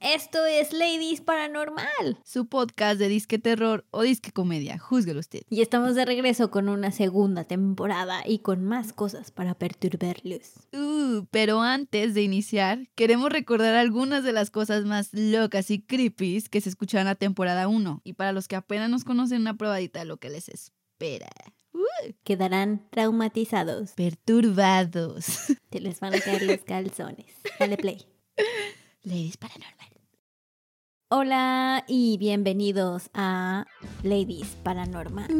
Esto es Ladies Paranormal. Su podcast de disque terror o disque comedia, júzguelo usted. Y estamos de regreso con una segunda temporada y con más cosas para perturbarlos. Uh, pero antes de iniciar, queremos recordar algunas de las cosas más locas y creepy que se escucharon en la temporada 1. Y para los que apenas nos conocen, una probadita de lo que les espera. Uh, Quedarán traumatizados. perturbados. Te les van a caer los calzones. Dale play. Ladies Paranormal. Hola y bienvenidos a Ladies Paranormal.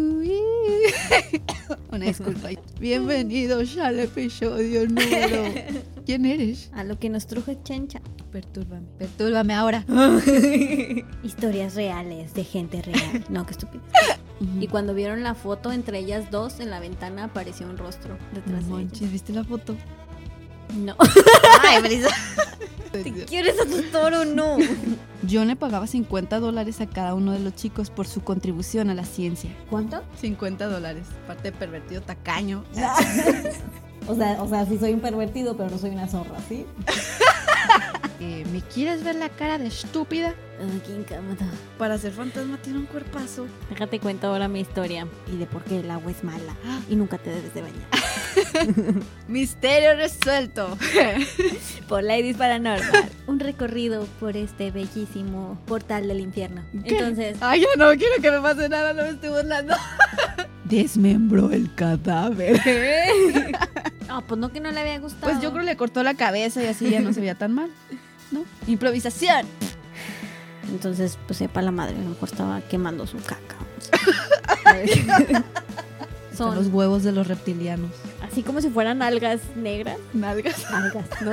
Una disculpa. Bienvenidos al episodio número. ¿Quién eres? A lo que nos truje Chencha. Pertúrbame. Pertúrbame ahora. Historias reales de gente real. No, qué estúpido. Y cuando vieron la foto entre ellas dos, en la ventana apareció un rostro No detrás de ellas. manches, ¿viste la foto? No. Ay, Brisa. ¿Quieres asustar o no? John le pagaba 50 dólares a cada uno de los chicos por su contribución a la ciencia. ¿Cuánto? 50 dólares. Parte de pervertido tacaño. O sea, o sea, sí soy un pervertido, pero no soy una zorra, ¿sí? Eh, ¿Me quieres ver la cara de estúpida? Ay, qué incómodo. Para ser fantasma tiene un cuerpazo. Déjate cuento ahora mi historia y de por qué el agua es mala y nunca te debes de bañar. Misterio resuelto. Por Ladies Paranormal. Un recorrido por este bellísimo portal del infierno. ¿Qué? Entonces, Ay, yo no quiero que me pase nada, no me estoy burlando. Desmembró el cadáver. ah, pues no que no le había gustado. Pues yo creo que le cortó la cabeza y así ya no se veía tan mal. ¿No? Improvisación. Entonces, pues sepa la madre, a lo mejor estaba quemando su caca. Son Son los huevos de los reptilianos. así como si fueran algas negras. Nalgas. Algas, ¿no?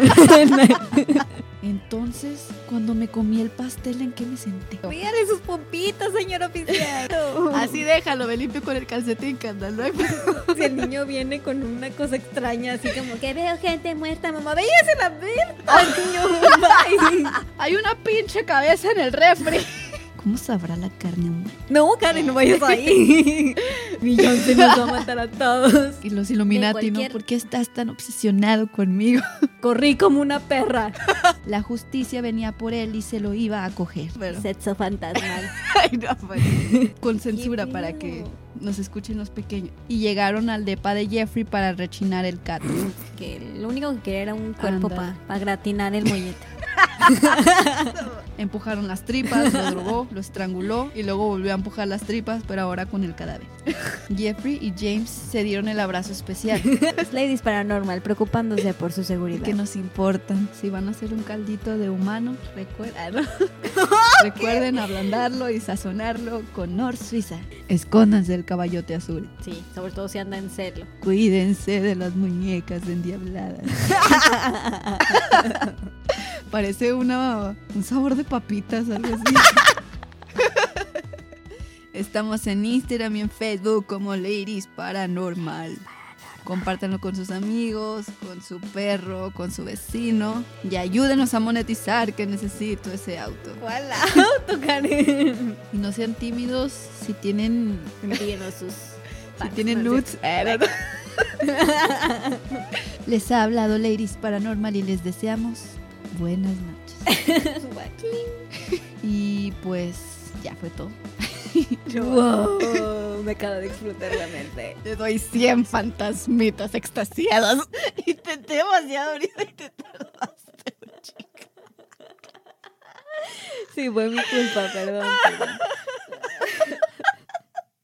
Entonces, cuando me comí el pastel, ¿en qué me senté? Mírale sus pompitas, señor oficial. Así déjalo, me limpio con el calcetín, candal. Si el niño viene con una cosa extraña, así como que veo gente muerta, mamá, váyase la verga, niño. bye". Hay una pinche cabeza en el refri. ¿Cómo sabrá la carne humana? No, Karen, no vayas ahí. Millón se nos va a matar a todos. Y los Illuminati, De ¿no? cualquier- ¿Por qué estás tan obsesionado conmigo? Corrí como una perra. La justicia venía por él y se lo iba a coger. Sexo fantasmal. Ay, no, pues. Con censura Qué para pedo. que nos escuchen los pequeños. Y llegaron al depa de Jeffrey para rechinar el gato. Que lo único que quería era un cuerpo Anda. para gratinar el mollete. Empujaron las tripas, lo drogó, lo estranguló y luego volvió a empujar las tripas, pero ahora con el cadáver. Jeffrey y James se dieron el abrazo especial. Las ladies paranormal preocupándose por su seguridad. que nos importan. Si van a hacer un caldito de humano, recuerda- ah, no. recuerden ablandarlo y sazonarlo con Nor Suiza. Escóndanse del caballote azul. Sí, sobre todo si anda en celo. Cuídense de las muñecas endiabladas. Parece una, un sabor de papitas, algo así. Estamos en Instagram y en Facebook como Ladies Paranormal. Compártanlo con sus amigos, con su perro, con su vecino y ayúdenos a monetizar que necesito ese auto. ¿Cuál auto, Karen? Y no sean tímidos si tienen Envíenos sus. si packs, tienen no sé. nudes. Eh, no, no. les ha hablado Ladies Paranormal y les deseamos buenas noches. Y pues ya fue todo. Wow, Oh, me acaba de explotar la mente. Te doy 100 fantasmitas extasiadas. Intenté demasiado ahorita y te Sí, fue mi culpa, perdón. perdón.